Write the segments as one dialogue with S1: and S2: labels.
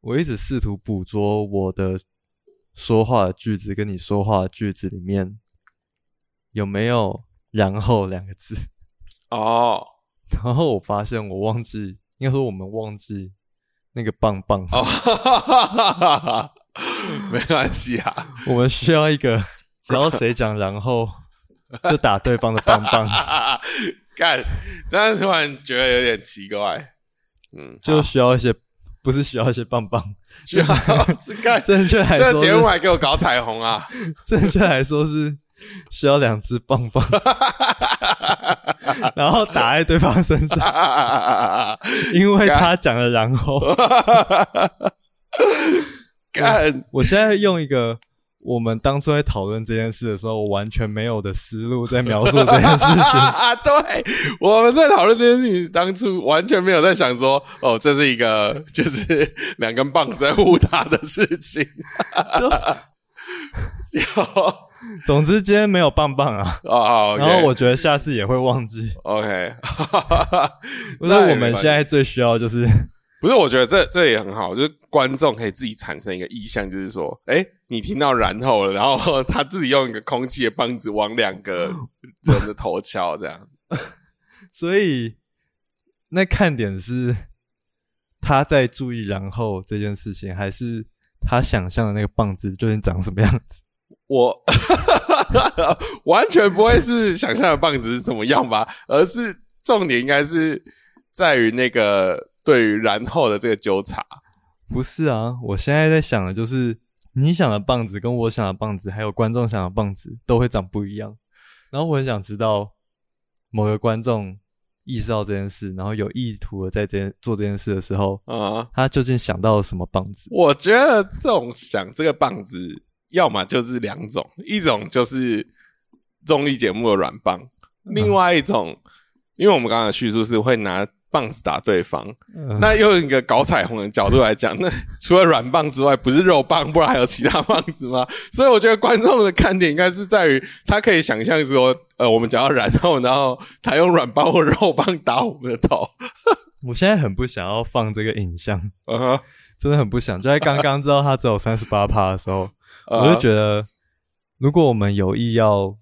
S1: 我一直试图捕捉我的说话的句子跟你说话的句子里面有没有“然后”两个字，
S2: 哦
S1: 然后我发现我忘记，应该说我们忘记那个棒棒，
S2: 哦，哈哈哈哈哈，没关系啊，
S1: 我们需要一个 只要谁讲然后就打对方的棒 棒。
S2: 啊 干，但是突然觉得有点奇怪，嗯，
S1: 就
S2: 好
S1: 需要一些，不是需要一些棒棒。
S2: 需要这 干，
S1: 正确来
S2: 这
S1: 说
S2: 节目
S1: 是，
S2: 还给我搞彩 虹啊！
S1: 正确来说是需要两只棒 棒，然后打在对方身上， 因为他讲了然后。
S2: 干，
S1: 我现在用一个我们当初在讨论这件事的时候，我完全没有的思路在描述这件事情。
S2: 啊， 对，我们在讨论这件事情，当初完全没有在想说，哦，这是一个就是两根棒子在互打的事情。
S1: 就
S2: 有哦
S1: 总之今天没有棒棒啊，
S2: 哦，OK，
S1: 然后我觉得下次也会忘记。
S2: OK，
S1: 我说
S2: 那
S1: 我
S2: 也没
S1: 们现
S2: 关系
S1: 在最需要就是
S2: 不是，我觉得这这也很好，就是观众可以自己产生一个意向，就是说，哎，你听到然后了，然后他自己用一个空气的棒子往两个人的头敲，这样。
S1: 所以那看点是他在注意然后这件事情，还是他想象的那个棒子究竟长什么样子？
S2: 我 完全不会是想象的棒子是怎么样吧，而是重点应该是在于那个对于然后的这个纠察。
S1: 不是啊，我现在在想的就是你想的棒子跟我想的棒子，还有观众想的棒子都会长不一样。然后我很想知道某个观众意识到这件事，然后有意图的在这件做这件事的时候，
S2: 啊、
S1: 他究竟想到了什么棒子？
S2: 我觉得这种想这个棒子，要么就是两种，一种就是综艺节目的软棒，
S1: 嗯
S2: 另外一种，因为我们刚刚的叙述是会拿棒子打对方，
S1: 嗯
S2: 那用一个搞彩虹的角度来讲，那除了软棒之外，不是肉棒，不然还有其他棒子吗？ 所以我觉得观众的看点应该是在于，他可以想象说，呃，我们讲到然后，然后他用软棒或肉棒打我们的头，
S1: 我现在很不想要放这个影像，
S2: 嗯哼、
S1: 真的很不想。就在刚刚知道他只有三十八趴的时候， 我就觉
S2: 得
S1: 得，如果我们有意要，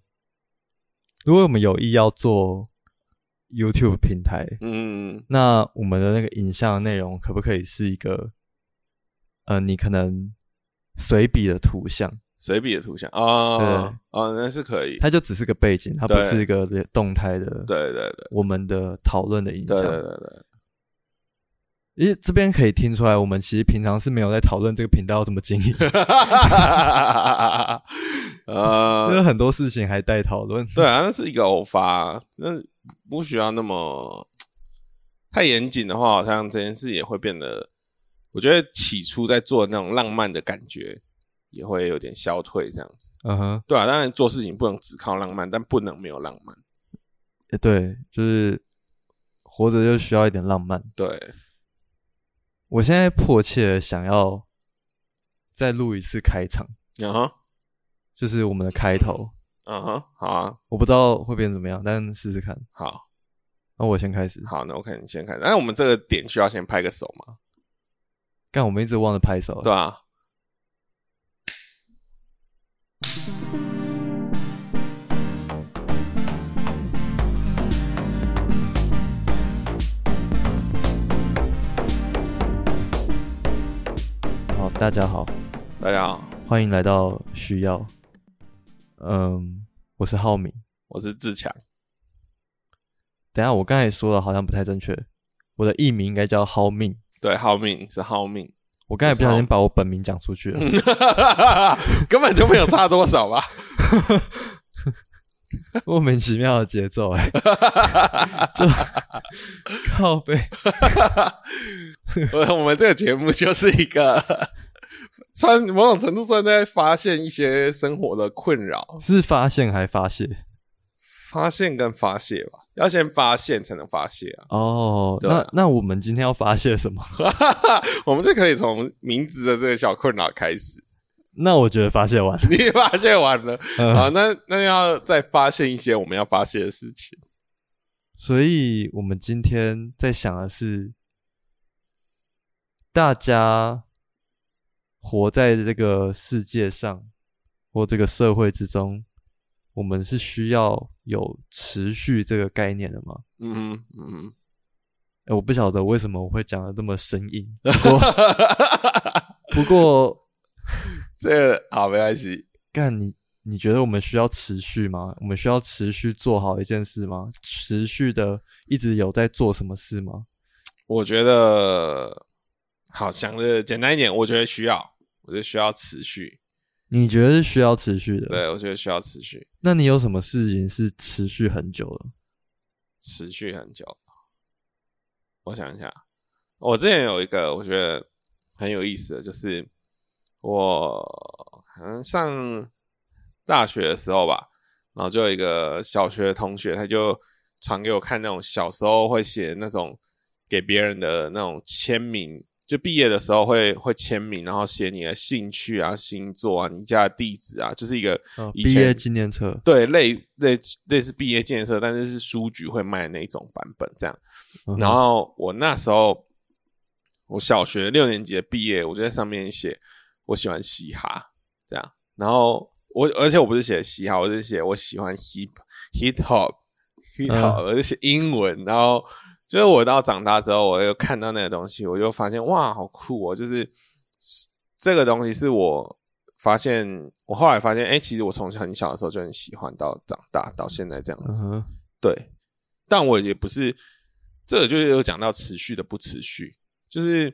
S1: 如果我们有意要做 YouTube 平台，
S2: 嗯。
S1: 那我们的那个影像内容可不可以是一个，呃，你可能随笔的图像，
S2: 随笔的图像哦哦，那是可以。
S1: 它就只是个背景，它不
S2: 对
S1: 是一个连动态的，
S2: 对对对
S1: 我们的讨论的影
S2: 对对
S1: 像。
S2: 对对，
S1: 因 为这边可以听出来，我们其实平常是没有在讨论这个频道要怎么经营， 因为
S2: 呃，
S1: 很多事情还待讨论。
S2: 对啊，那是一个偶发，那不需要那么太严谨的话，好像这件事也会变得，我觉得起初在做那种浪漫的感觉也会有点消退，这样子。
S1: 嗯哼。
S2: 对啊，当然做事情不能只靠浪漫，但不能没有浪漫。
S1: 欸对，就是活着就需要一点浪漫。
S2: 对，
S1: 我现在迫切的想要再录一次开场，
S2: 嗯哼，
S1: 就是我们的开头。
S2: 嗯哼，好啊，
S1: 我不知道会变怎么样，但试试看。
S2: 好
S1: 那我先开始。
S2: 好，那我看你先看，哎那我们这个点需要先拍个手嘛？
S1: 干，我们一直忘了拍手。
S2: 对啊，
S1: 好，大家好，
S2: 大家好，
S1: 欢迎来到需要。嗯，我是浩明。
S2: 我是志强。
S1: 等一下，我刚才说的好像不太正确。我的艺名应该叫浩命。
S2: 对，好命是好命，
S1: 我刚才不小
S2: 我是
S1: 心
S2: 浩
S1: 把我本名讲出去
S2: 嗯
S1: 了。
S2: 根本就没有差多少吧？
S1: 莫名其妙的节奏、 欸，就靠背。
S2: 我我们这个节目就是一个 算某种程度算在发现一些生活的困扰，
S1: 是发现还发泄
S2: 发现跟发泄吧，要先发现才能发泄啊。
S1: 哦。
S2: 对
S1: 那
S2: 啊
S1: 那我们今天要发泄什么？
S2: 我们这可以从名字的这个小困扰开始。
S1: 那我觉得发泄完了，
S2: 你发泄完了
S1: 嗯
S2: 啊，那那要再发现一些我们要发泄的事情。
S1: 所以我们今天在想的是，大家活在这个世界上或这个社会之中，我们是需要有持续这个概念的吗？
S2: 嗯哼嗯哼，
S1: 哎，我不晓得为什么我会讲的这么生硬，不过不过
S2: 这个好没关系。
S1: 干你，你觉得我们需要持续吗？我们需要持续做好一件事吗？持续的一直有在做什么事吗？
S2: 我觉得好想的简单一点，我觉得需要，我觉得需要持续。
S1: 你觉得是需要持续的？
S2: 对，我觉得需要持续，
S1: 那你有什么事情是持续很久的？
S2: 持续很久。我想一下，我之前有一个我觉得很有意思的，就是我好像上大学的时候吧，然后就有一个小学的同学，他就传给我看那种小时候会写那种给别人的那种签名，就毕业的时候会会签名，然后写你的兴趣啊、星座啊、你家的地址啊，就是一个
S1: 呃
S2: 以
S1: 毕
S2: 前
S1: 业纪念册，
S2: 对类类类似毕业建设，但是是书局会卖的那种版本这样。
S1: 嗯
S2: 然后我那时候，我小学六年级的毕业，我就在上面写我喜欢嘻哈这样。然后我而且我不是写嘻哈，我是写我喜欢 hip hip hop hip hop，、我就写英
S1: 嗯
S2: 文。然后就是我到长大之后，我又看到那个东西，我就发现哇，好酷哦！就是这个东西是我发现，我后来发现，哎，其实我从很小的时候就很喜欢，到长大到现在这样
S1: 嗯
S2: 子。
S1: 哼，
S2: 对，但我也不是，这个就是有讲到持续的不持续，就是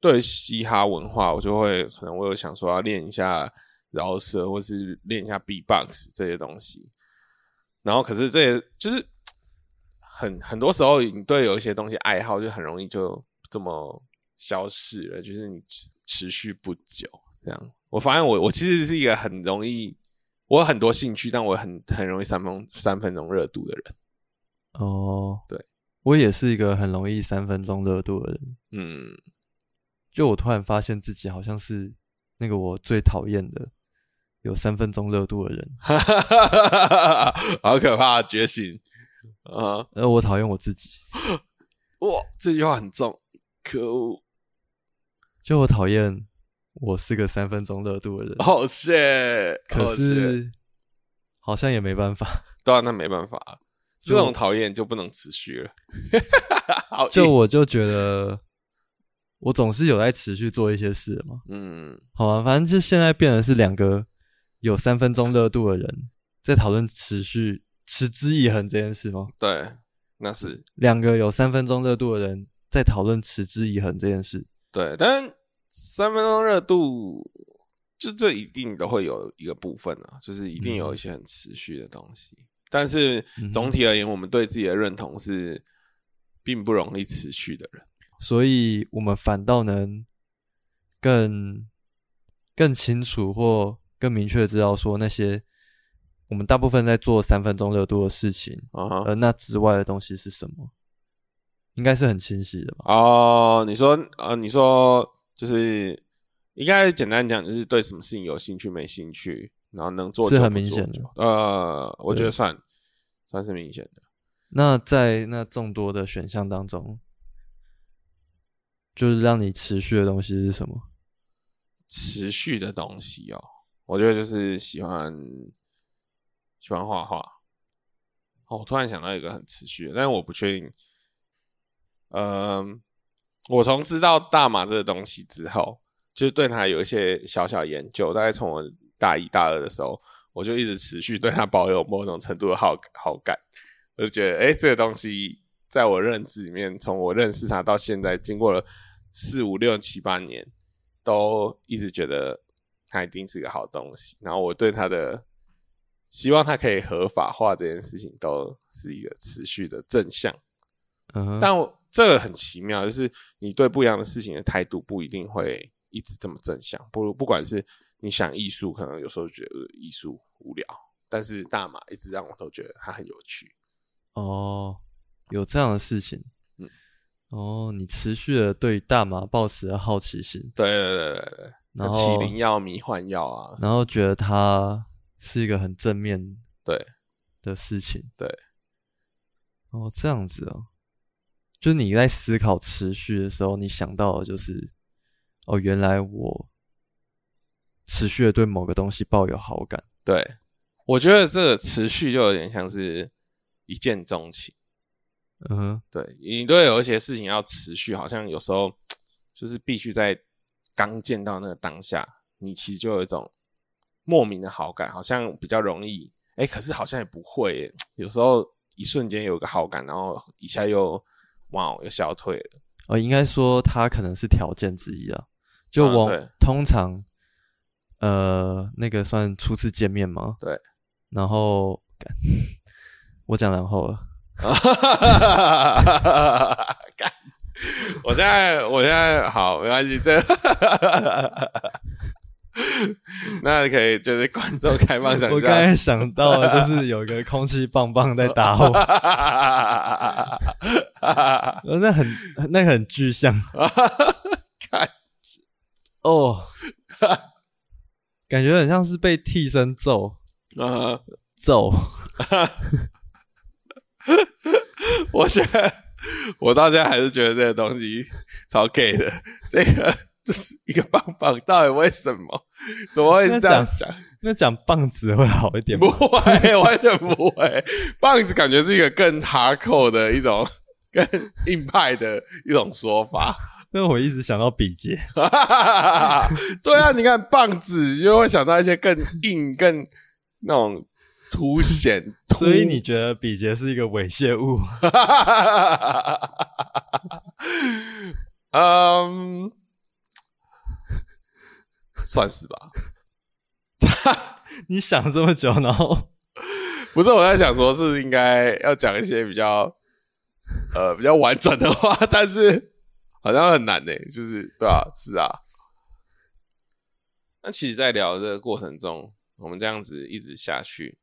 S2: 对于嘻哈文化，我就会可能我有想说要练一下饶舌，或是练一下 B-box 这些东西，然后可是这些就是很很多时候，你对有一些东西爱好就很容易就这么消逝了，就是你持持续不久这样。我发现我我其实是一个很容易。我有很多兴趣，但我很很容易三分三分钟热度的人。
S1: 哦，
S2: 对，
S1: 我也是一个很容易三分钟热度的人。
S2: 嗯，
S1: 就我突然发现自己好像是那个我最讨厌的有三分钟热度的人，
S2: 哈哈哈哈好可怕的觉醒啊！
S1: 而我讨厌我自己，
S2: 哇，这句话很重，可恶！
S1: 就我讨厌我是个三分钟热度的人。
S2: 好谢，
S1: 嗯可是好像也没办 法，
S2: 当然那没办法，这
S1: 就
S2: 种讨厌就不能持续了。 好硬，
S1: 就我就觉得我总是有在持续做一些事嘛。
S2: 嗯，
S1: 好啊，反正就现在变成是两个有三分钟热度的人在讨论持续持之以恒这件事吗？
S2: 对，那是
S1: 两个有三分钟热度的人在讨论持之以恒这件事，
S2: 对，但三分钟热度，就这一定都会有一个部分啊，就是一定有一些很持续的东西。但是
S1: 嗯
S2: 总体而言，我们对自己的认同是并不容易持续的人。
S1: 所以我们反倒能更更清楚或更明确地知道说那些我们大部分在做三分钟热度的事情，
S2: 啊哈、
S1: 而那之外的东西是什么，应该是很清晰的吧？
S2: 哦，你说，呃，你说就是应该简单讲，就是对什么事情有兴趣没兴趣，然后能做
S1: 是
S2: 就
S1: 很
S2: 不
S1: 明
S2: 做
S1: 显的
S2: 就呃，我觉
S1: 对
S2: 得算算是明显的。
S1: 那在那众多的选项当中，就是让你持续的东西是什么？
S2: 持续的东西哦，我觉得就是喜欢喜欢画画。哦，我突然想到一个很持续的，但是我不确定。嗯、我从知道大麻这个东西之后，就是对它有一些小小研究。大概从我大一大二的时候，我就一直持续对它保有某种程度的好好感。我就觉得，哎、这个东西在我认知里面，从我认识它到现在，经过了四五六七八年，都一直觉得它一定是个好东西。然后我对它的希望它可以合法化这件事情，都是一个持续的正向。
S1: 嗯哼，
S2: 但我这个很奇妙，就是你对不一样的事情的态度不一定会一直这么正向。不如不管是你想艺术，可能有时候觉得呃艺术无聊，但是大马一直让我都觉得它很有趣。
S1: 哦，有这样的事情。
S2: 嗯
S1: 哦，你持续的对大麻抱持了好奇心，
S2: 对对对对对，
S1: 然后
S2: 麒麟药、迷幻药啊，
S1: 然后觉得它是一个很正面
S2: 对
S1: 的事情。
S2: 对。
S1: 哦，这样子哦，就你在思考持续的时候，你想到的就是，哦，原来我持续的对某个东西抱有好感。
S2: 对，我觉得这个持续就有点像是一见钟情。
S1: 嗯哼，
S2: 对你对有一些事情要持续，好像有时候就是必须在刚见到那个当下，你其实就有一种莫名的好感，好像比较容易。哎，可是好像也不会耶，有时候一瞬间有个好感，然后一下又哇又消退了。
S1: 呃，应该说它可能是条件之一啊。就
S2: 嗯
S1: 我、
S2: 对
S1: 通常，呃，那个算初次见面吗？
S2: 对。
S1: 然后，干 我讲然后了，
S2: 干我现在我现在好没关系，这 那可以就是观众开放想
S1: 我刚
S2: 象。
S1: 才想到的就是有一个空气棒棒在打我， 呃那很那很具象
S2: 看
S1: 哦， 感觉很像是被替身揍
S2: 呃，
S1: 揍。
S2: 我觉得我到现在还是觉得这个东西超 gay 的，这个就是一个棒棒，到底为什么？怎么会是这样想？
S1: 那讲棒子会好一点吗
S2: 不？会，完全不会。棒子感觉是一个更 hardcore 的一种、 更硬派的一种说法。
S1: 那我一直想到比劫，
S2: 对啊，你看棒子就会想到一些更硬、更那种凸显。凸
S1: 所以你觉得比劫是一个猥亵物？
S2: 嗯，算是吧。
S1: 你想这么久，然后
S2: 不是我在想说，是不是应该要讲一些比较呃比较婉转的话， 但是好像很难呢、就是对啊，是啊。那其实，在聊的过程中，我们这样子一直下去，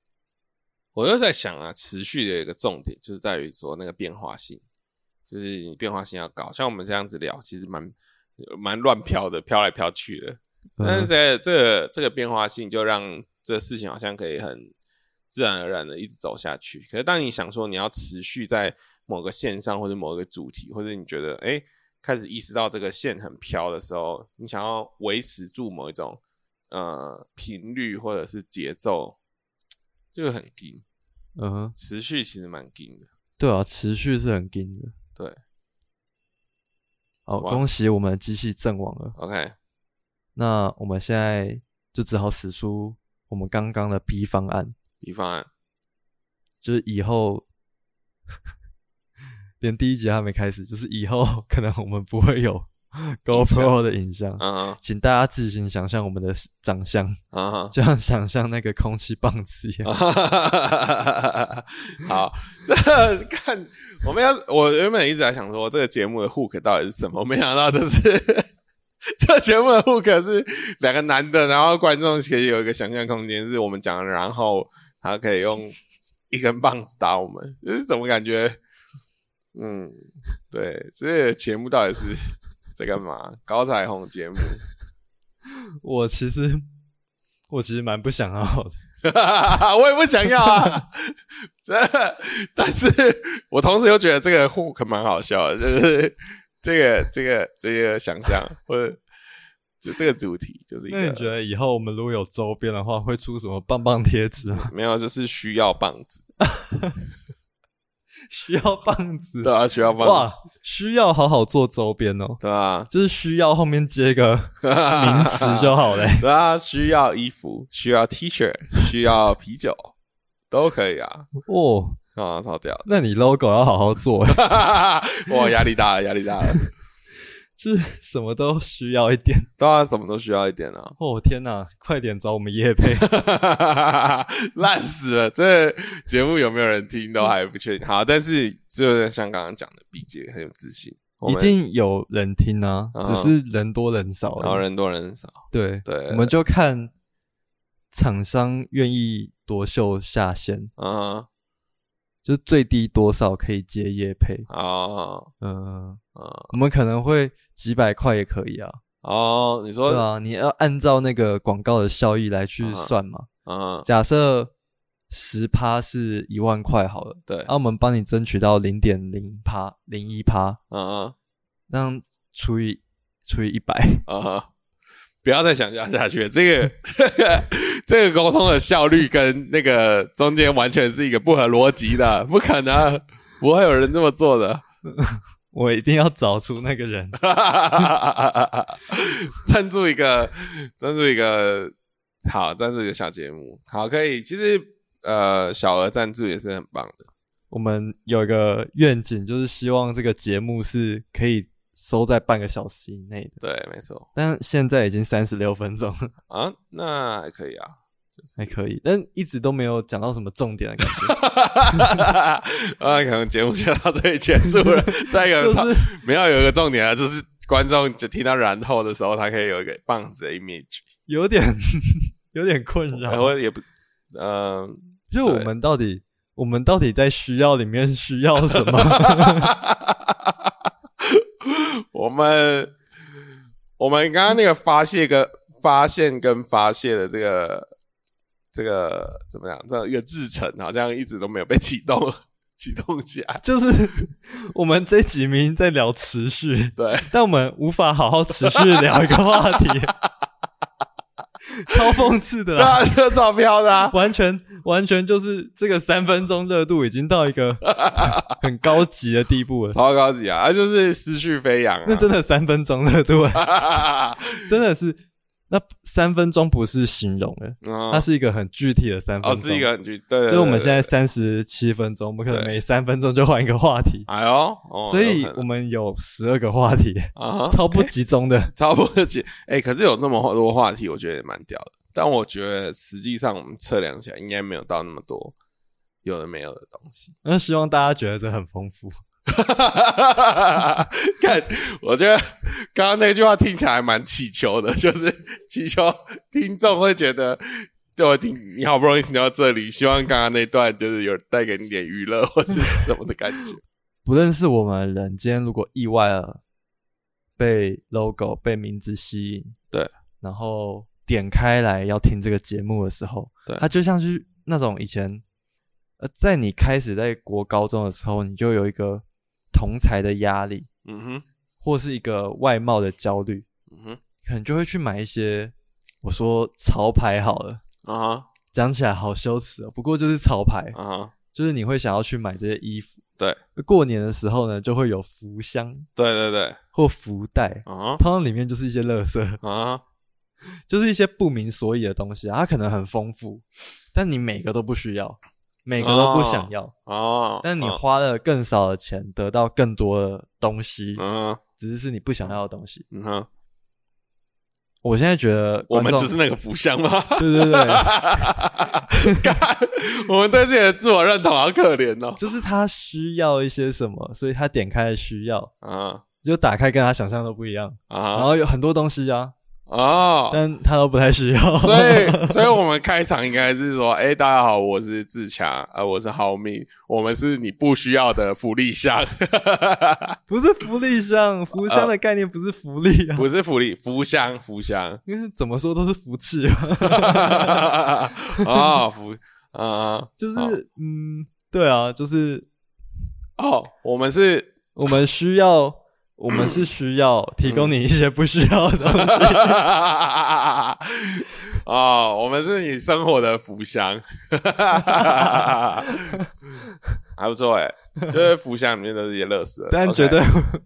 S2: 我又在想啊，持续的一个重点就是在于说那个变化性，就是你变化性要高。像我们这样子聊，其实蛮蛮乱飘的，飘来飘去的。 但是
S1: 嗯
S2: 在这个这个变化性，就让这个事情好像可以很自然而然的一直走下去。可是当你想说你要持续在某个线上，或者某个主题，或者你觉得哎、诶开始意识到这个线很飘的时候，你想要维持住某一种呃频率或者是节奏，这个很紧，
S1: 嗯哼，
S2: 持续其实蛮紧的。
S1: 对啊，持续是很硬的。
S2: 对
S1: 好，
S2: 哇
S1: 恭喜我们的机器阵亡了。
S2: OK，
S1: 那我们现在就只好使出我们刚刚的 B 方案，
S2: 比方案
S1: 就是以后连第一集还没开始，就是以后 可能我们不会有 GoPro 的影像，
S2: 嗯
S1: 请大家自行想象我们的长相，
S2: 嗯哼。
S1: 就像想象那个空气棒子一
S2: 嗯
S1: 样。
S2: 好，这看我们要，我原本一直在想说这个节目的 hook 到底是什么，没想到这是 这节目的 hook 是两个男的，然后观众其实有一个想象空间，是我们讲的，然后他可以用一根棒子打我们，就是怎么感觉？嗯，对，这个节目到底是在干嘛？高彩虹节目。
S1: 我其实我其实蛮不想要的，
S2: 我也不想要啊， 这但是我同时又觉得这个 hook 蛮好笑的，就是 这个这个这个想象或者就这个主题就是一
S1: 那你觉
S2: 个
S1: 得以后我们如果有周边的话，会出什么棒棒贴纸吗？
S2: 没有就是需要棒子，
S1: 需要棒子？
S2: 对啊，需要棒
S1: 嗯哇
S2: 子，，
S1: 需要好好做周边哦，
S2: 对啊，
S1: 就是需要后面接个名词就好嘞、
S2: 对啊，需要衣服，需要 T 恤，需要啤酒，都可以啊，
S1: 哦，
S2: 啊，超屌
S1: 那你 logo 要好好做、欸，
S2: 的，哇，压力大了，压力大了，
S1: 就是什么都需要一点。
S2: 对啊，什么都需要一点啊。
S1: 哦天哪，快点找我们叶配。
S2: 烂死了！这节目有没有人听
S1: 嗯
S2: 都还不确定。好，但是就像刚刚讲的，B 姐很有自信， 我
S1: 一
S2: 们
S1: 定有人听啊，
S2: 嗯
S1: 只是人多人少
S2: 然后
S1: 而已。
S2: 人多人少，
S1: 对，
S2: 对
S1: 我们就看厂商愿意多秀下限，
S2: 嗯
S1: 就是最低多少可以接叶配。
S2: 哼，哦
S1: 嗯、
S2: 嗯
S1: 我们可能会几百块也可以啊。
S2: 哦，你
S1: 对
S2: 说
S1: 啊，你要按照那个广告的效益来去
S2: 嗯
S1: 算嘛。
S2: 嗯
S1: 假设十趴是一万块好了，
S2: 对，啊
S1: 那、我们帮你争取到零点零趴、零一趴，
S2: 嗯嗯
S1: 那样除以除以一百，
S2: 嗯哼，不要再想象下去了，这个 这个沟通的效率跟那个中间完全是一个不合逻辑的，不可能，啊不会有人这么做的。
S1: 我一定要找出那个人。
S2: 赞助一个，赞助一个，好，赞助一个小节目，好，可以。其实呃，小额赞助也是很棒的。
S1: 我们有一个愿景，就是希望这个节目是可以收在半个小时以内的，
S2: 对，没错
S1: 但现在已经三十六分钟了，
S2: 啊，那还可以啊。
S1: 还可以，但一直都没有讲到什么重点的感 觉。
S2: 啊，可能节目就到这里结束了。再一个，
S1: 就是
S2: 没有有一个重点啊，就是观众就听到然后的时候，他可以有一个棒子的 image，
S1: 有点 有点困
S2: 然
S1: 扰，
S2: 后也不，嗯、
S1: 就我们到底我们到底在需要里面需要什么？
S2: 我们我们刚刚那个发泄跟发现跟发泄的这个这个怎么讲？这一个制程好像一直都没有被启动 启动起来。
S1: 就是 我们这几名在聊持续，
S2: 对，
S1: 但我们无法好好持续聊一个话 题，超讽刺的
S2: 对
S1: 啦。
S2: 啊，这个超飘 的、啊。
S1: 完全完全就是这个三分钟热度已经到一 个很高级的地步了。
S2: 超高级啊！啊，就是思绪飞扬、啊，
S1: 那真的三分钟热度、啊，
S2: 的
S1: 真的是那三分钟不是形容的，它
S2: 嗯，
S1: 是一个很具体的三分
S2: 哦，
S1: 钟。
S2: 是一个很具，对对
S1: 就
S2: 对
S1: 是我们现在
S2: 对
S1: 三十七分钟，我们可能
S2: 对
S1: 每三分钟就换一个话题，
S2: 哎呦，哦
S1: 所以
S2: 有可能
S1: 我们有十二个话题，
S2: 啊哈，
S1: 超不集中的。
S2: 差不多几，哎、可是有这么多话题，我觉得也蛮屌的。但我觉得实际上我们测量起来，应该没有到那么多有的没有的东西。
S1: 那希望大家觉得这很丰富。
S2: 看，我觉得刚刚那句话听起来还蛮乞求的，就是祈求听众会觉得，对我听你好不容易听到这里，希望刚刚那段就是有带给你点娱乐或是什么的感觉。
S1: 不认识我们的人，今天如果意外了被 logo、被名字吸引，
S2: 对，
S1: 然后点开来要听这个节目的时候，
S2: 对
S1: 它就像是那种以前，呃，在你开始在国高中的时候，你就有一个同才的压力，
S2: 嗯哼，
S1: 或是一个外貌的焦虑，
S2: 嗯哼，
S1: 可能就会去买一些我说潮牌好了，
S2: 啊
S1: 讲起来好羞耻哦，不过就是潮牌
S2: 哈，，啊哈，
S1: 就是你会想要去买这些衣服。
S2: 对，
S1: 过年的时候呢，就会有福箱
S2: 对对对，
S1: 或福袋，
S2: 啊
S1: 通常里面就是一些垃圾，
S2: 哈啊哈，
S1: 就是一些不明所以的东西、啊，它可能很丰富，但你每个都不需要，每个都不想要，
S2: 哦，
S1: 但你
S2: 嗯
S1: 花了更少的钱得到更多的东西，
S2: 嗯
S1: 只是是你不想要的东西。
S2: 嗯哼，
S1: 我现在觉得
S2: 我
S1: 观
S2: 们
S1: 众
S2: 就是那个福箱吗？
S1: 对对对，
S2: 干，我们对自己的自我认同好可怜哦。
S1: 就是他需要一些什么，所以他点开了需要，
S2: 啊
S1: 就打开跟他想象都不一样，然
S2: 啊
S1: 后有很多东西啊，
S2: 哦，
S1: 但他都不太需要，
S2: 所以，所以我们开场应该是说：“哎、 大家好，我是志强，呃，我是浩命，我们是你不需要的福 利箱，
S1: 不是福利箱，福箱的概念不是福利啊，
S2: 不是福利，福箱，福箱，
S1: 因为怎么说都是福气啊，
S2: 哦，福，啊、
S1: 就是
S2: 好
S1: 嗯，对啊，就是
S2: 哦，我们是，
S1: 我们需要，我们是需要提供你一些不需要的东
S2: 嗯
S1: 西，
S2: 哦，我们是你生活的福箱， 还不错哎、就是福箱里面都是一些乐色，
S1: 但绝 对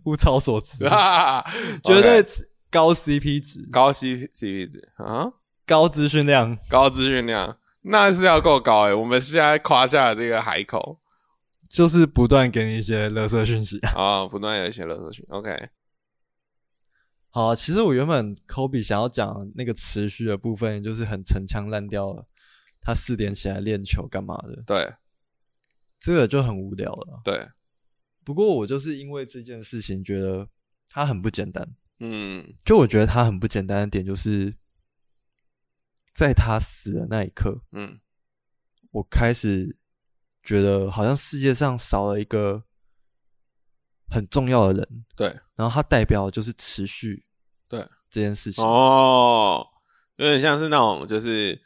S1: 物超所值， 绝
S2: 绝
S1: 对高 CP 值、
S2: 高 C C P 值啊，
S1: 高资讯量，
S2: 高资讯量，那是要够高诶、欸我们现在夸下了这个海口
S1: 就是不断给你一些垃圾讯息。
S2: 啊，不断有一些热搜群。OK，
S1: 好啊，其实我原本 Kobe 想要讲那个持续的部分，就是很陈腔滥调了。他四点起来练球干嘛的？
S2: 对
S1: 这个就很无聊了啊。
S2: 对，
S1: 不过我就是因为这件事情，觉得他很不简单。
S2: 嗯
S1: 就我觉得他很不简单的点，就是在他死的那一刻，
S2: 嗯
S1: 我开始觉得好像世界上少了一个很重要的人。
S2: 对，
S1: 然后他代表的就是持续
S2: 对
S1: 这件事情。
S2: 哦，有点像是那种就是。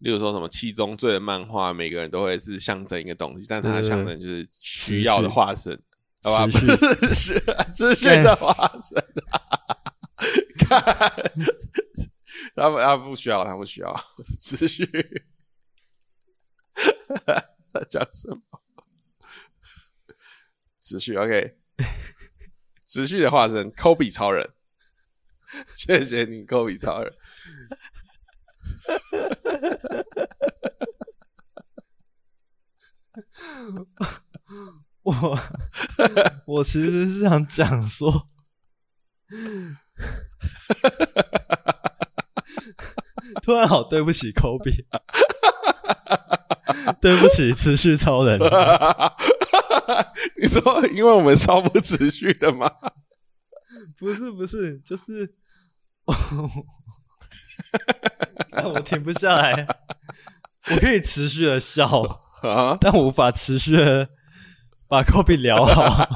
S2: 例如说什么七宗罪的漫画，每个人都会是象征一个东西，但它的象征就是需要的化身，好吧？
S1: 持续
S2: 哦啊不啊是资讯的化身，看他啊不他不需要，他不需要，持续。 在讲什么？持续 OK，持续的化身科比超人， 谢谢你，科比超人。
S1: 我我其实是想讲说，突然好对不起科比，对不起持续超人，
S2: 你说，因为我们超不持续的吗？
S1: 不是不是，就是让我停不下来，我可以持续的笑，
S2: 啊，
S1: 但我无法持续的把科比聊好。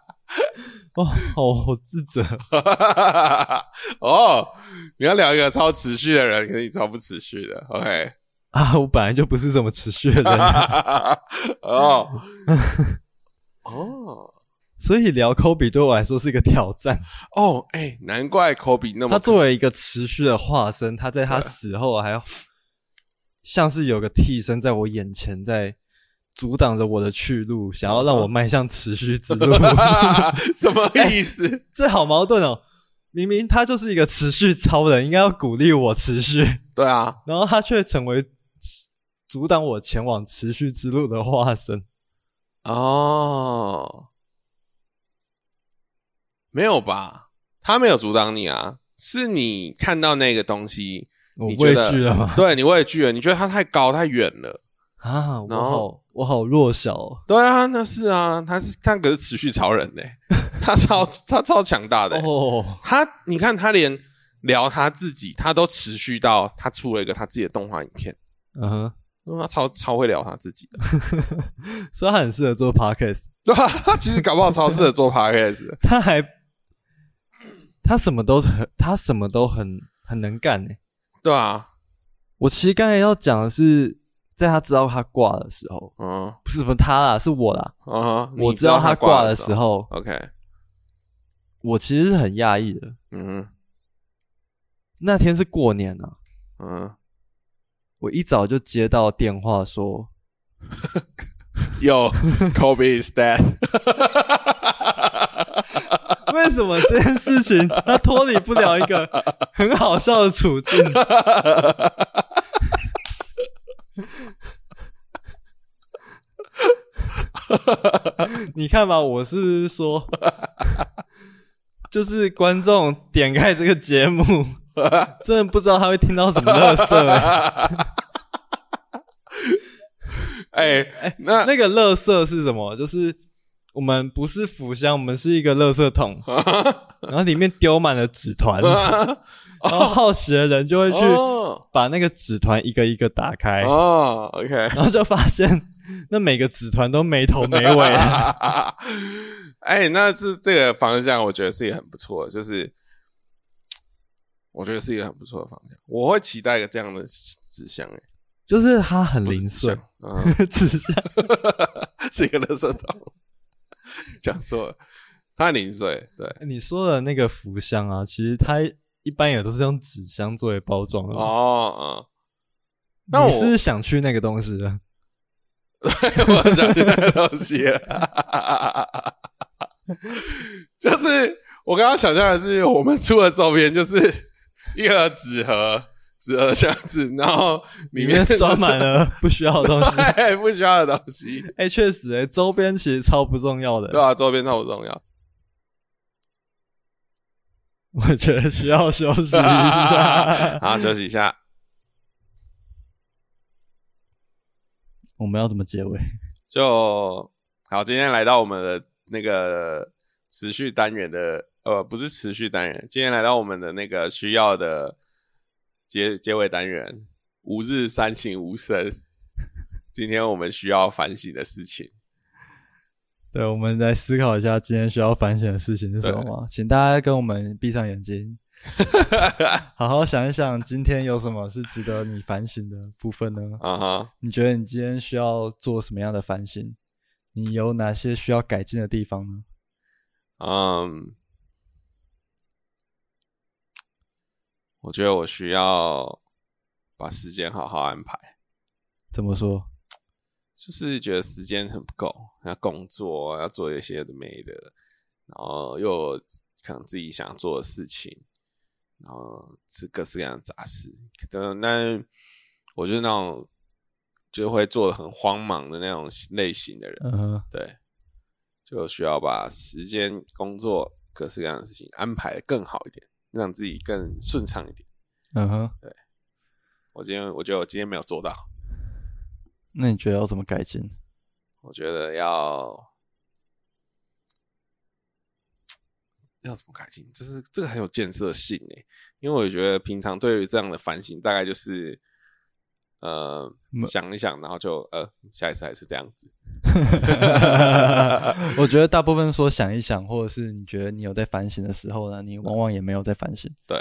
S1: 哦，好好自责，
S2: 哦，你要聊一个超持续的人，可是你超不持续的，OK？
S1: 啊，我本来就不是怎么持续的人啊、
S2: 哦，哦，
S1: 所以聊科比对我来说是一个挑战。
S2: 哦，哎，难怪科比那么
S1: 他作为一个持续的化身，他在他死后还要像是有个替身在我眼前，在阻挡着我的去路，想要
S2: 嗯
S1: 让我迈向持续之 路。
S2: 什么意思？
S1: 这好矛盾哦！明明他就是一个持续超人，应该要鼓励我持续，
S2: 对啊，
S1: 然后他却成为持阻挡我前往持续之路的化身。
S2: 哦，没有吧？他没有阻挡你啊，是你看到那个东西，
S1: 我
S2: 你
S1: 畏
S2: 觉得
S1: 惧了吗？
S2: 对你畏惧了，你觉得它太高太远了。
S1: 啊，我
S2: 然后
S1: 好，我好弱小、哦。
S2: 对啊，那是啊，他是他可是持续超人呢、他超他超强大的欸、
S1: 哦，
S2: 他你看他连聊他自己，他都持续到他出了一个他自己的动画影片，
S1: 嗯哼，
S2: 嗯他超超会聊他自己的，
S1: 所以他很适合做 podcast。
S2: 对吧、他其实搞不好超适合做 podcast 的。
S1: 他还他什么都很，他什么都很很能干呢、
S2: 对啊，
S1: 我其实刚才要讲的是，在他知道他挂的时候，
S2: 嗯
S1: 不是不是他啦，是我啦。
S2: 啊，你
S1: 我知道他挂
S2: 挂
S1: 的
S2: 时
S1: 时候，
S2: ，OK，
S1: 我其实是很讶异的。
S2: 嗯
S1: 那天是过年啊，
S2: 哼嗯，
S1: 我一早就接到电话说，
S2: 有 Kobe is dead，
S1: 为什么这件事情他脱离不了一个很好笑的处境？你看吧，我是不是说，就是观众点开这个节目，真的不知道他会听到什么乐色、欸。
S2: 哎、那
S1: 那个乐色是什么？就是我们不是腐香，我们是一个乐色桶，然后里面丢满了纸团，然后好奇的人就会去
S2: 哦
S1: 把那个纸团一个一个打开，
S2: 哦 ，OK，
S1: 然后就发现那每个纸团都没头没尾啊。
S2: 哎、那是这个方向，我觉得是一个很不错的，就是我觉得是一个很不错的方向。我会期待一个这样的指向、哎，
S1: 就是它很零
S2: 指
S1: 碎
S2: 向，，嗯，
S1: 指向
S2: 是一个垃圾桶，讲错了，他零碎，对，
S1: 你说的那个福箱啊，其实它一般也都是用纸箱作为包装的嘛。
S2: 哦，嗯。那我
S1: 你是不是想去那个东西了？
S2: 我想去那个东西了， 就是我刚刚想象的是，我们出的周边就是一个纸盒，纸盒箱子，然后里
S1: 里
S2: 面
S1: 面装满了不需要的东西。
S2: 对不需要的东西，
S1: 哎、确实、哎，周边其实超不重要的。
S2: 对啊，周边超不 重要。
S1: 我觉得需要休息一 下。
S2: 好，休息一下。
S1: 我们要怎么结尾？
S2: 就好，今天来到我们的那个持续单元的，呃，不是持续单元，今天来到我们的那个需要的结结尾单元，吾日三省吾身。今天我们需要反省的事情，
S1: 对，我们来思考一下今天需要反省的事情是什么吗？请大家跟我们闭上眼 睛，好好想一想，今天有什么是值得你反省的部分呢？
S2: 啊哈，
S1: 你觉得你今天需要做什么样的反省？你有哪些需要改进的地方呢？
S2: 嗯，我觉得我需要把时间好好安排，
S1: 怎么说？
S2: 就是觉得时间很不够，要工作，要做一些有的没的，然后又有可能自己想做的事情，然后是各式各样的杂事。但那我就是那种就会做的很慌忙的那种类型的人，
S1: 嗯哼，
S2: 对，就需要把时间、工作各式各样的事情安排的更好一点，让自己更顺畅一点。
S1: 嗯哼，
S2: 我今天我觉得我今天没有做到，
S1: 那你觉得要怎么改进？
S2: 我觉得要要怎么改进？这是这个很有建设性诶，因为我觉得平常对于这样的反省，大概就是呃
S1: 没
S2: 想一想，然后就呃下一次还是这样 子。
S1: 我觉得大部分说想一想，或者是你觉得你有在反省的时候呢，你往往也没有在反省，
S2: 对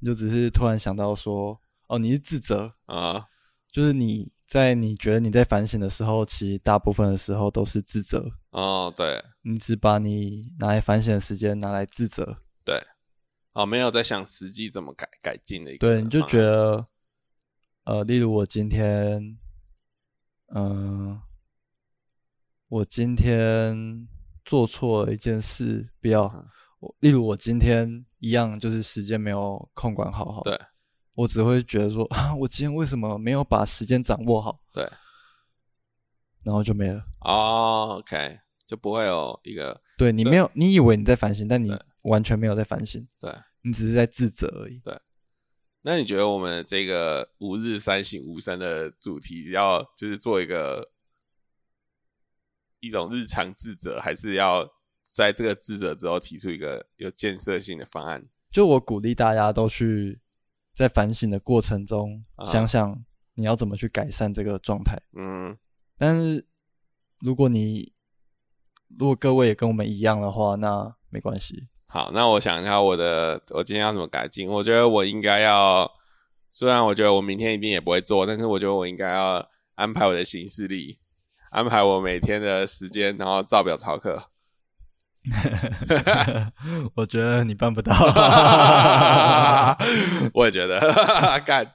S1: 你就只是突然想到说，哦，你是自责，
S2: 啊、
S1: 就是你在你觉得你在反省的时候，其实大部分的时候都是自责，
S2: 哦对
S1: 你只把你拿来反省的时间拿来自责，
S2: 对，哦没有在想实际怎么改改进的一个方
S1: 对，
S2: 案，
S1: 你就觉得，呃，例如我今天，嗯、我今天做错了一件事，不要
S2: 嗯，
S1: 我例如我今天一样，就是时间没有控管好好，
S2: 对
S1: 我只会觉得说啊，我今天为什么没有把时间掌握好，
S2: 对
S1: 然后就没了。
S2: 哦 OK 就不会有一个
S1: 对你
S2: 对
S1: 没有，你以为你在反省，但你
S2: 对
S1: 完全没有在反省，
S2: 对。
S1: 你只是在自责而已。
S2: 那你觉得我们这个“吾日三省吾身”的主题，要就是做一个一种日常自责，还是要在这个自责之后提出一个有建设性的方案？
S1: 就我鼓励大家都去在反省的过程中，
S2: 啊
S1: 想想你要怎么去改善这个状态。
S2: 嗯，
S1: 但是如果你如果各位也跟我们一样的话，那没关 系。
S2: 好，那我想一下我的我今天要怎么改进？我觉得我应该要，虽然我觉得我明天一定也不会做，但是我觉得我应该要安排我的行事历，安排我每天的时间，然后照表操课。
S1: 我觉得你办不 到。
S2: 我也觉得， 干。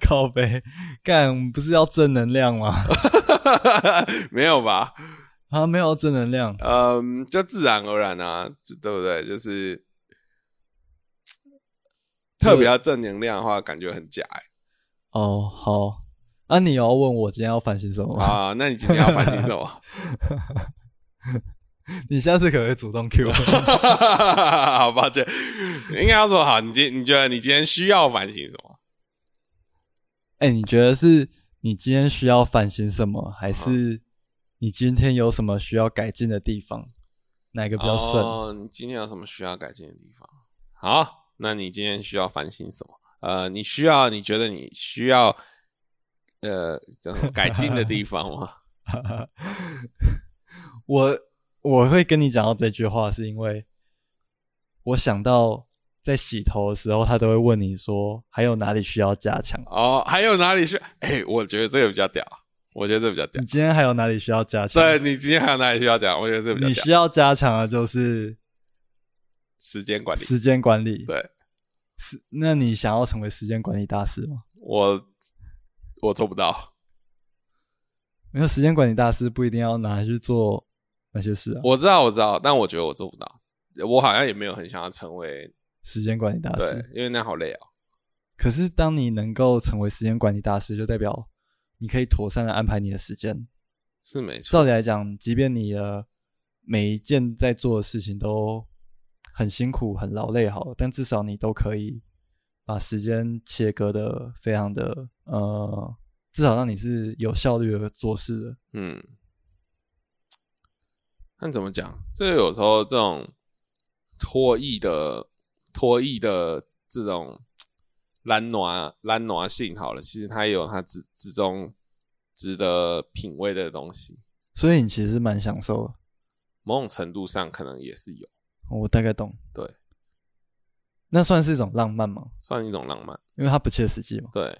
S1: 靠背，干我们不是要正能量吗？
S2: 没有吧？
S1: 啊，没有要正能量。
S2: 嗯，就自然而然啊，就对不对？就是特别要正能量的话，感觉很假欸
S1: 哦，好，啊，你有要问我今天要反省什么吗？
S2: 啊。那你今天要反省什么？
S1: 你下次可不可以主动 Q 我？
S2: 好抱歉，应该要说好。你今你觉得你今天需要反省什么？
S1: 哎、你觉得是你今天需要反省什么，还是你今天有什么需要改进的地方？哪个比较顺？
S2: 哦，你今天有什么需要改进的地方？好，那你今天需要反省什么？呃，你需要你觉得你需要呃叫什么改进的地方吗？
S1: 我我会跟你讲到这句话，是因为我想到在洗头的时候，他都会问你说还有哪里需要加强。
S2: 哦，还有哪里需？哎、我觉得这个比较屌，我觉得这比较屌
S1: 你。今天还有哪里需要加强？
S2: 对你今天还有哪里需要讲？我觉得这比较
S1: 你
S2: 屌。
S1: 需要加强的就是
S2: 时间管理，
S1: 时间管理。
S2: 对
S1: 是，那你想要成为时间管理大师吗？
S2: 我我做不到，
S1: 没有，时间管理大师不一定要拿来去做那些事啊。
S2: 我知道我知道，但我觉得我做不到。我好像也没有很想要成为
S1: 时间管理大
S2: 对
S1: 师，，
S2: 因为那好累哦。
S1: 可是当你能够成为时间管理大师，就代表你可以妥善的安排你的时间。
S2: 是没错，
S1: 照理来讲，即便你的每一件在做的事情都很辛苦、很劳累，好了，但至少你都可以把时间切割的非常的呃，至少让你是有效率的做事的。
S2: 嗯。但怎么讲？这有时候这种脱衣的脱衣的这种懒惰懒惰性，好了，其实它也有它之之中值得品味的东西。
S1: 所以你其实蛮享受的，
S2: 某种程度上可能也是有，
S1: 我大概懂。
S2: 对，
S1: 那算是一种浪漫吗？
S2: 算一种浪漫，
S1: 因为它不切实际嘛，
S2: 对，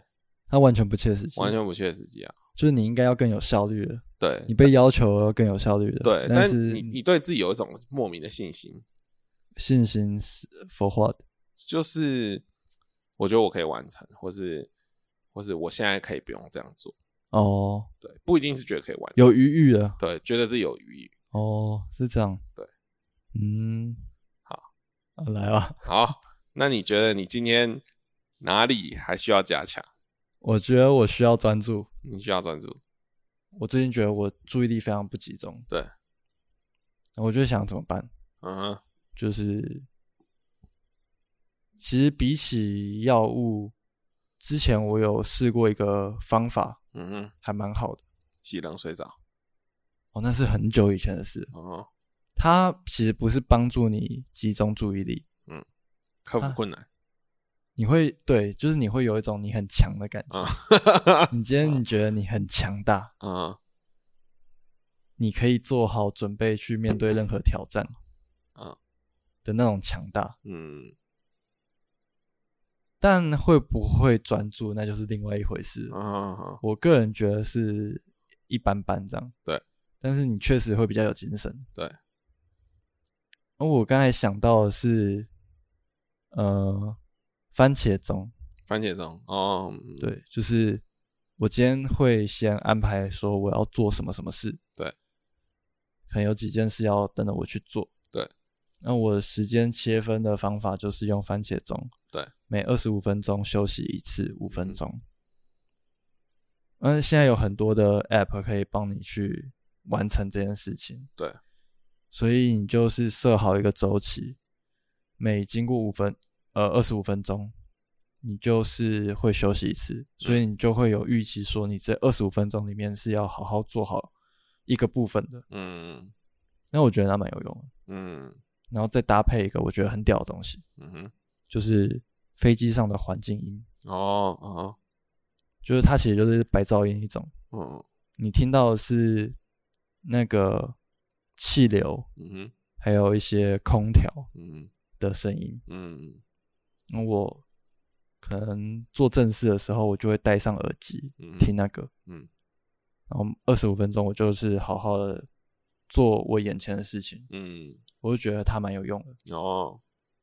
S1: 它完全不切实际，
S2: 完全不切实际啊，
S1: 就是你应该要更有效率的，
S2: 对
S1: 你被要求要更有效率的。
S2: 对，
S1: 但
S2: 但
S1: 是
S2: 你你对自己有一种莫名的信心，
S1: 信心是 for what？
S2: 就是我觉得我可以完成，或是或是我现在可以不用这样做，
S1: 哦，
S2: 对，不一定是觉得可以完成，
S1: 有余裕了，
S2: 对，觉得自己有余裕。
S1: 哦，是这样，
S2: 对，
S1: 嗯，
S2: 好
S1: 啊，来吧，
S2: 好，那你觉得你今天哪里还需要加强？
S1: 我觉得我需要专注，
S2: 你需要专注，
S1: 我最近觉得我注意力非常不集中，
S2: 对，
S1: 我就想怎么办，
S2: 嗯哼，
S1: 就是其实比起药物，之前我有试过一个方法，
S2: 嗯哼，
S1: 还蛮好的。
S2: 洗冷水澡，
S1: 哦，那是很久以前的事。
S2: 嗯哼，
S1: 它其实不是帮助你集中注意力，
S2: 克服
S1: 啊
S2: 困难
S1: 你会对，就是你会有一种你很强的感觉。
S2: 啊，
S1: 你今天你觉得你很强大，
S2: 嗯
S1: 你可以做好准备去面对任何挑战，
S2: 啊
S1: 的那种强大。
S2: 嗯
S1: 但会不会专注，那就是另外一回事。
S2: 嗯嗯
S1: 我个人觉得是一般般这样。
S2: 对，
S1: 但是你确实会比较有精神。
S2: 对
S1: 而我刚才想到的是，呃，番茄钟。
S2: 番茄钟哦，嗯，
S1: 对，就是我今天会先安排说我要做什么什么事。
S2: 对，
S1: 可能有几件事要等着我去做。
S2: 对，
S1: 那我时间切分的方法就是用番茄钟。
S2: 对，
S1: 每二十五分钟休息一次，五分
S2: 嗯
S1: 钟。嗯，现在有很多的 App 可以帮你去完成这件事情。
S2: 对，
S1: 所以你就是设好一个周期，每经过五分呃二十五分钟，你就是会休息一次，所以你就会有预期说你这二十五分钟里面是要好好做好一个部分的。
S2: 嗯
S1: 那我觉得那蛮有用的。
S2: 嗯
S1: 然后再搭配一个我觉得很屌的东西，
S2: 嗯哼，
S1: 就是飞机上的环境音，
S2: 哦哦
S1: 就是它其实就是白噪音一种，
S2: 嗯
S1: 你听到的是那个气流，
S2: 嗯哼
S1: 还有一些空调
S2: 嗯
S1: 的声音。
S2: 嗯
S1: 那我可能做正事的时候，我就会戴上耳机
S2: 嗯
S1: 听那个，
S2: 嗯，
S1: 然后二十五分钟我就是好好的做我眼前的事情，
S2: 嗯
S1: 我就觉得它蛮有用的。
S2: 哦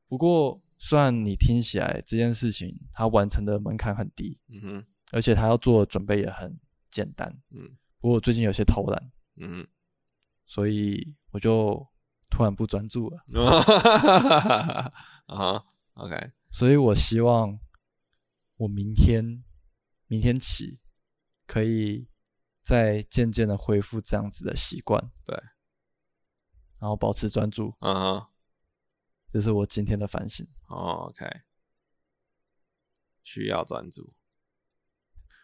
S1: 不过，虽然你听起来这件事情它完成的门槛很低，
S2: 嗯哼
S1: 而且它要做的准备也很简单，
S2: 嗯
S1: 不过我最近有些偷懒，
S2: 嗯
S1: 所以我就突然不专注了。
S2: 哼，啊哈，OK，
S1: 所以我希望我明天明天起可以再渐渐的恢复这样子的习惯，
S2: 对，
S1: 然后保持专注，
S2: 嗯哼。
S1: 这是我今天的反省。
S2: 哦，OK，需要专注。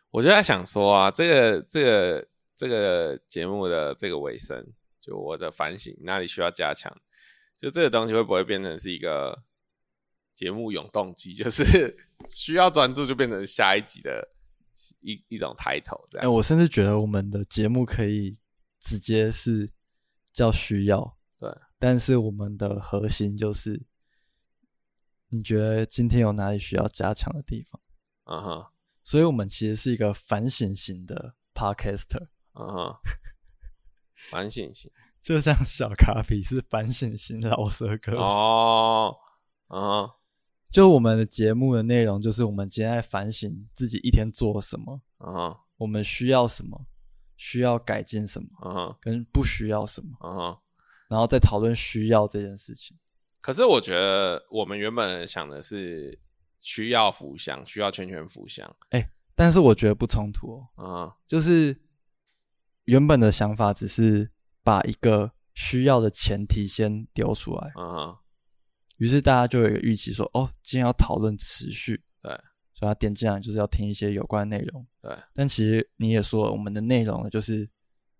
S2: 我就在想说啊，这个这个这个节目的这个尾声，就我的反省哪里需要加强，就这个东西会不会变成是一个节目永动机， 就是需要专注就变成下一集的一一种抬头这
S1: 哎、
S2: 样。
S1: 我甚至觉得我们的节目可以直接是叫需要，
S2: 对，
S1: 但是我们的核心就是，你觉得今天有哪里需要加强的地方？
S2: 嗯哼，
S1: 所以我们其实是一个反省型的 podcaster。
S2: 嗯哼，反省性
S1: 就像小卡比是反省型老舌歌手，
S2: 哦，嗯哼，
S1: 就我们的节目的内容就是我们今天在反省自己一天做了什么，
S2: 嗯哼，
S1: 我们需要什么，需要改进什么，
S2: 嗯哼，
S1: 跟不需要什么，
S2: 嗯哼。
S1: 然后再讨论需要这件事情。
S2: 可是我觉得我们原本想的是需要福箱，需要圈圈福箱，
S1: 但是我觉得不冲突哦，
S2: 嗯
S1: 就是原本的想法只是把一个需要的前提先丢出来，
S2: 嗯哼，
S1: 于是大家就有一个预期说，哦，今天要讨论持续，
S2: 对，
S1: 所以他点进来就是要听一些有关的内容，
S2: 对。
S1: 但其实你也说了，我们的内容呢，就是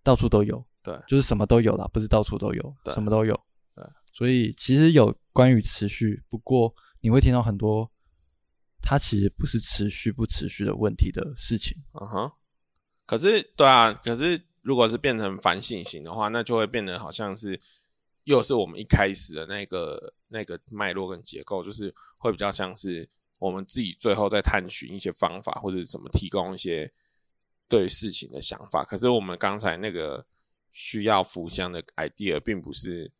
S1: 到处都有，
S2: 对
S1: 就是什么都有啦，不是到处都有，
S2: 对
S1: 什么都有，
S2: 对。
S1: 所以其实有关于持续，不过你会听到很多，它其实不是持续不持续的问题的事情。
S2: 嗯哼。可是对啊，可是如果是变成反省型的话，那就会变得好像是又是我们一开始的那个那个脉络跟结构，就是会比较像是我们自己最后在探寻一些方法或者怎么提供一些对事情的想法。可是我们刚才那个需要福箱的 idea 并不是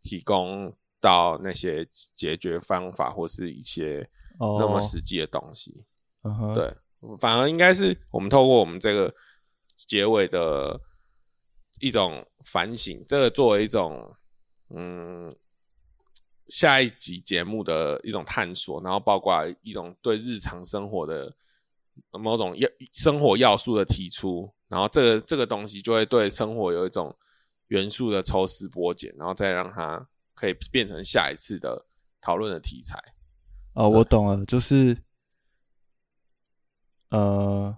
S2: 提供到那些解决方法或是一些
S1: 哦，
S2: 那么实际的东西。
S1: 嗯哼，
S2: 对，反而应该是我们透过我们这个结尾的一种反省，这个作为一种嗯下一集节目的一种探索，然后包括一种对日常生活的某种要生活要素的提出，然后这个这个东西就会对生活有一种元素的抽丝剥茧，然后再让它可以变成下一次的讨论的题材。
S1: 哦，我懂了，就是呃，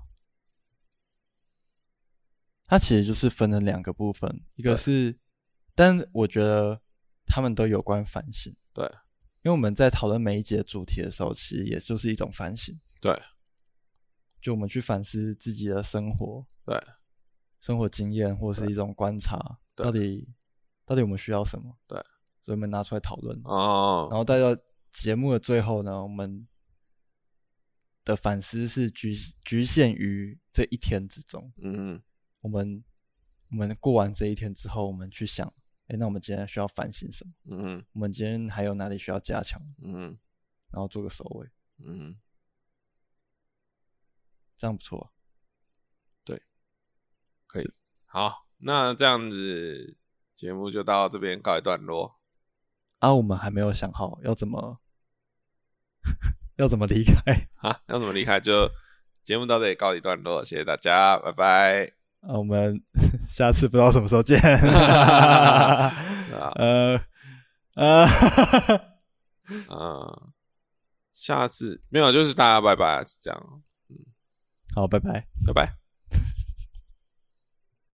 S1: 它其实就是分成两个部分，一个
S2: 对
S1: 是，但我觉得他们都有关反省，
S2: 对，
S1: 因为我们在讨论每一节主题的时候，其实也就是一种反省，
S2: 对，
S1: 就我们去反思自己的生活，
S2: 对，
S1: 生活经验或是一种观察，
S2: 对
S1: 到底到底我们需要什么，
S2: 对，
S1: 所以我们拿出来讨论，
S2: 哦，
S1: 然后带到节目的最后呢，我们的反思是局局限于这一天之中。
S2: 嗯嗯
S1: 我们我们过完这一天之后，我们去想，哎，那我们今天需要反省什么？
S2: 嗯嗯
S1: 我们今天还有哪里需要加强？
S2: 嗯。
S1: 然后做个收尾，
S2: 嗯，
S1: 这样不错啊、
S2: 好，那这样子节目就到这边告一段落。
S1: 啊，我们还没有想好要怎么 要怎么离开
S2: 啊，要怎么离开？就节目到这里告一段落，谢谢大家，拜拜。
S1: 啊，我们 下次不知道什么时候见。
S2: 啊
S1: 呃呃，
S2: 嗯，下次没有，就是大家拜拜，是这样，
S1: 好，拜拜。
S2: 拜拜。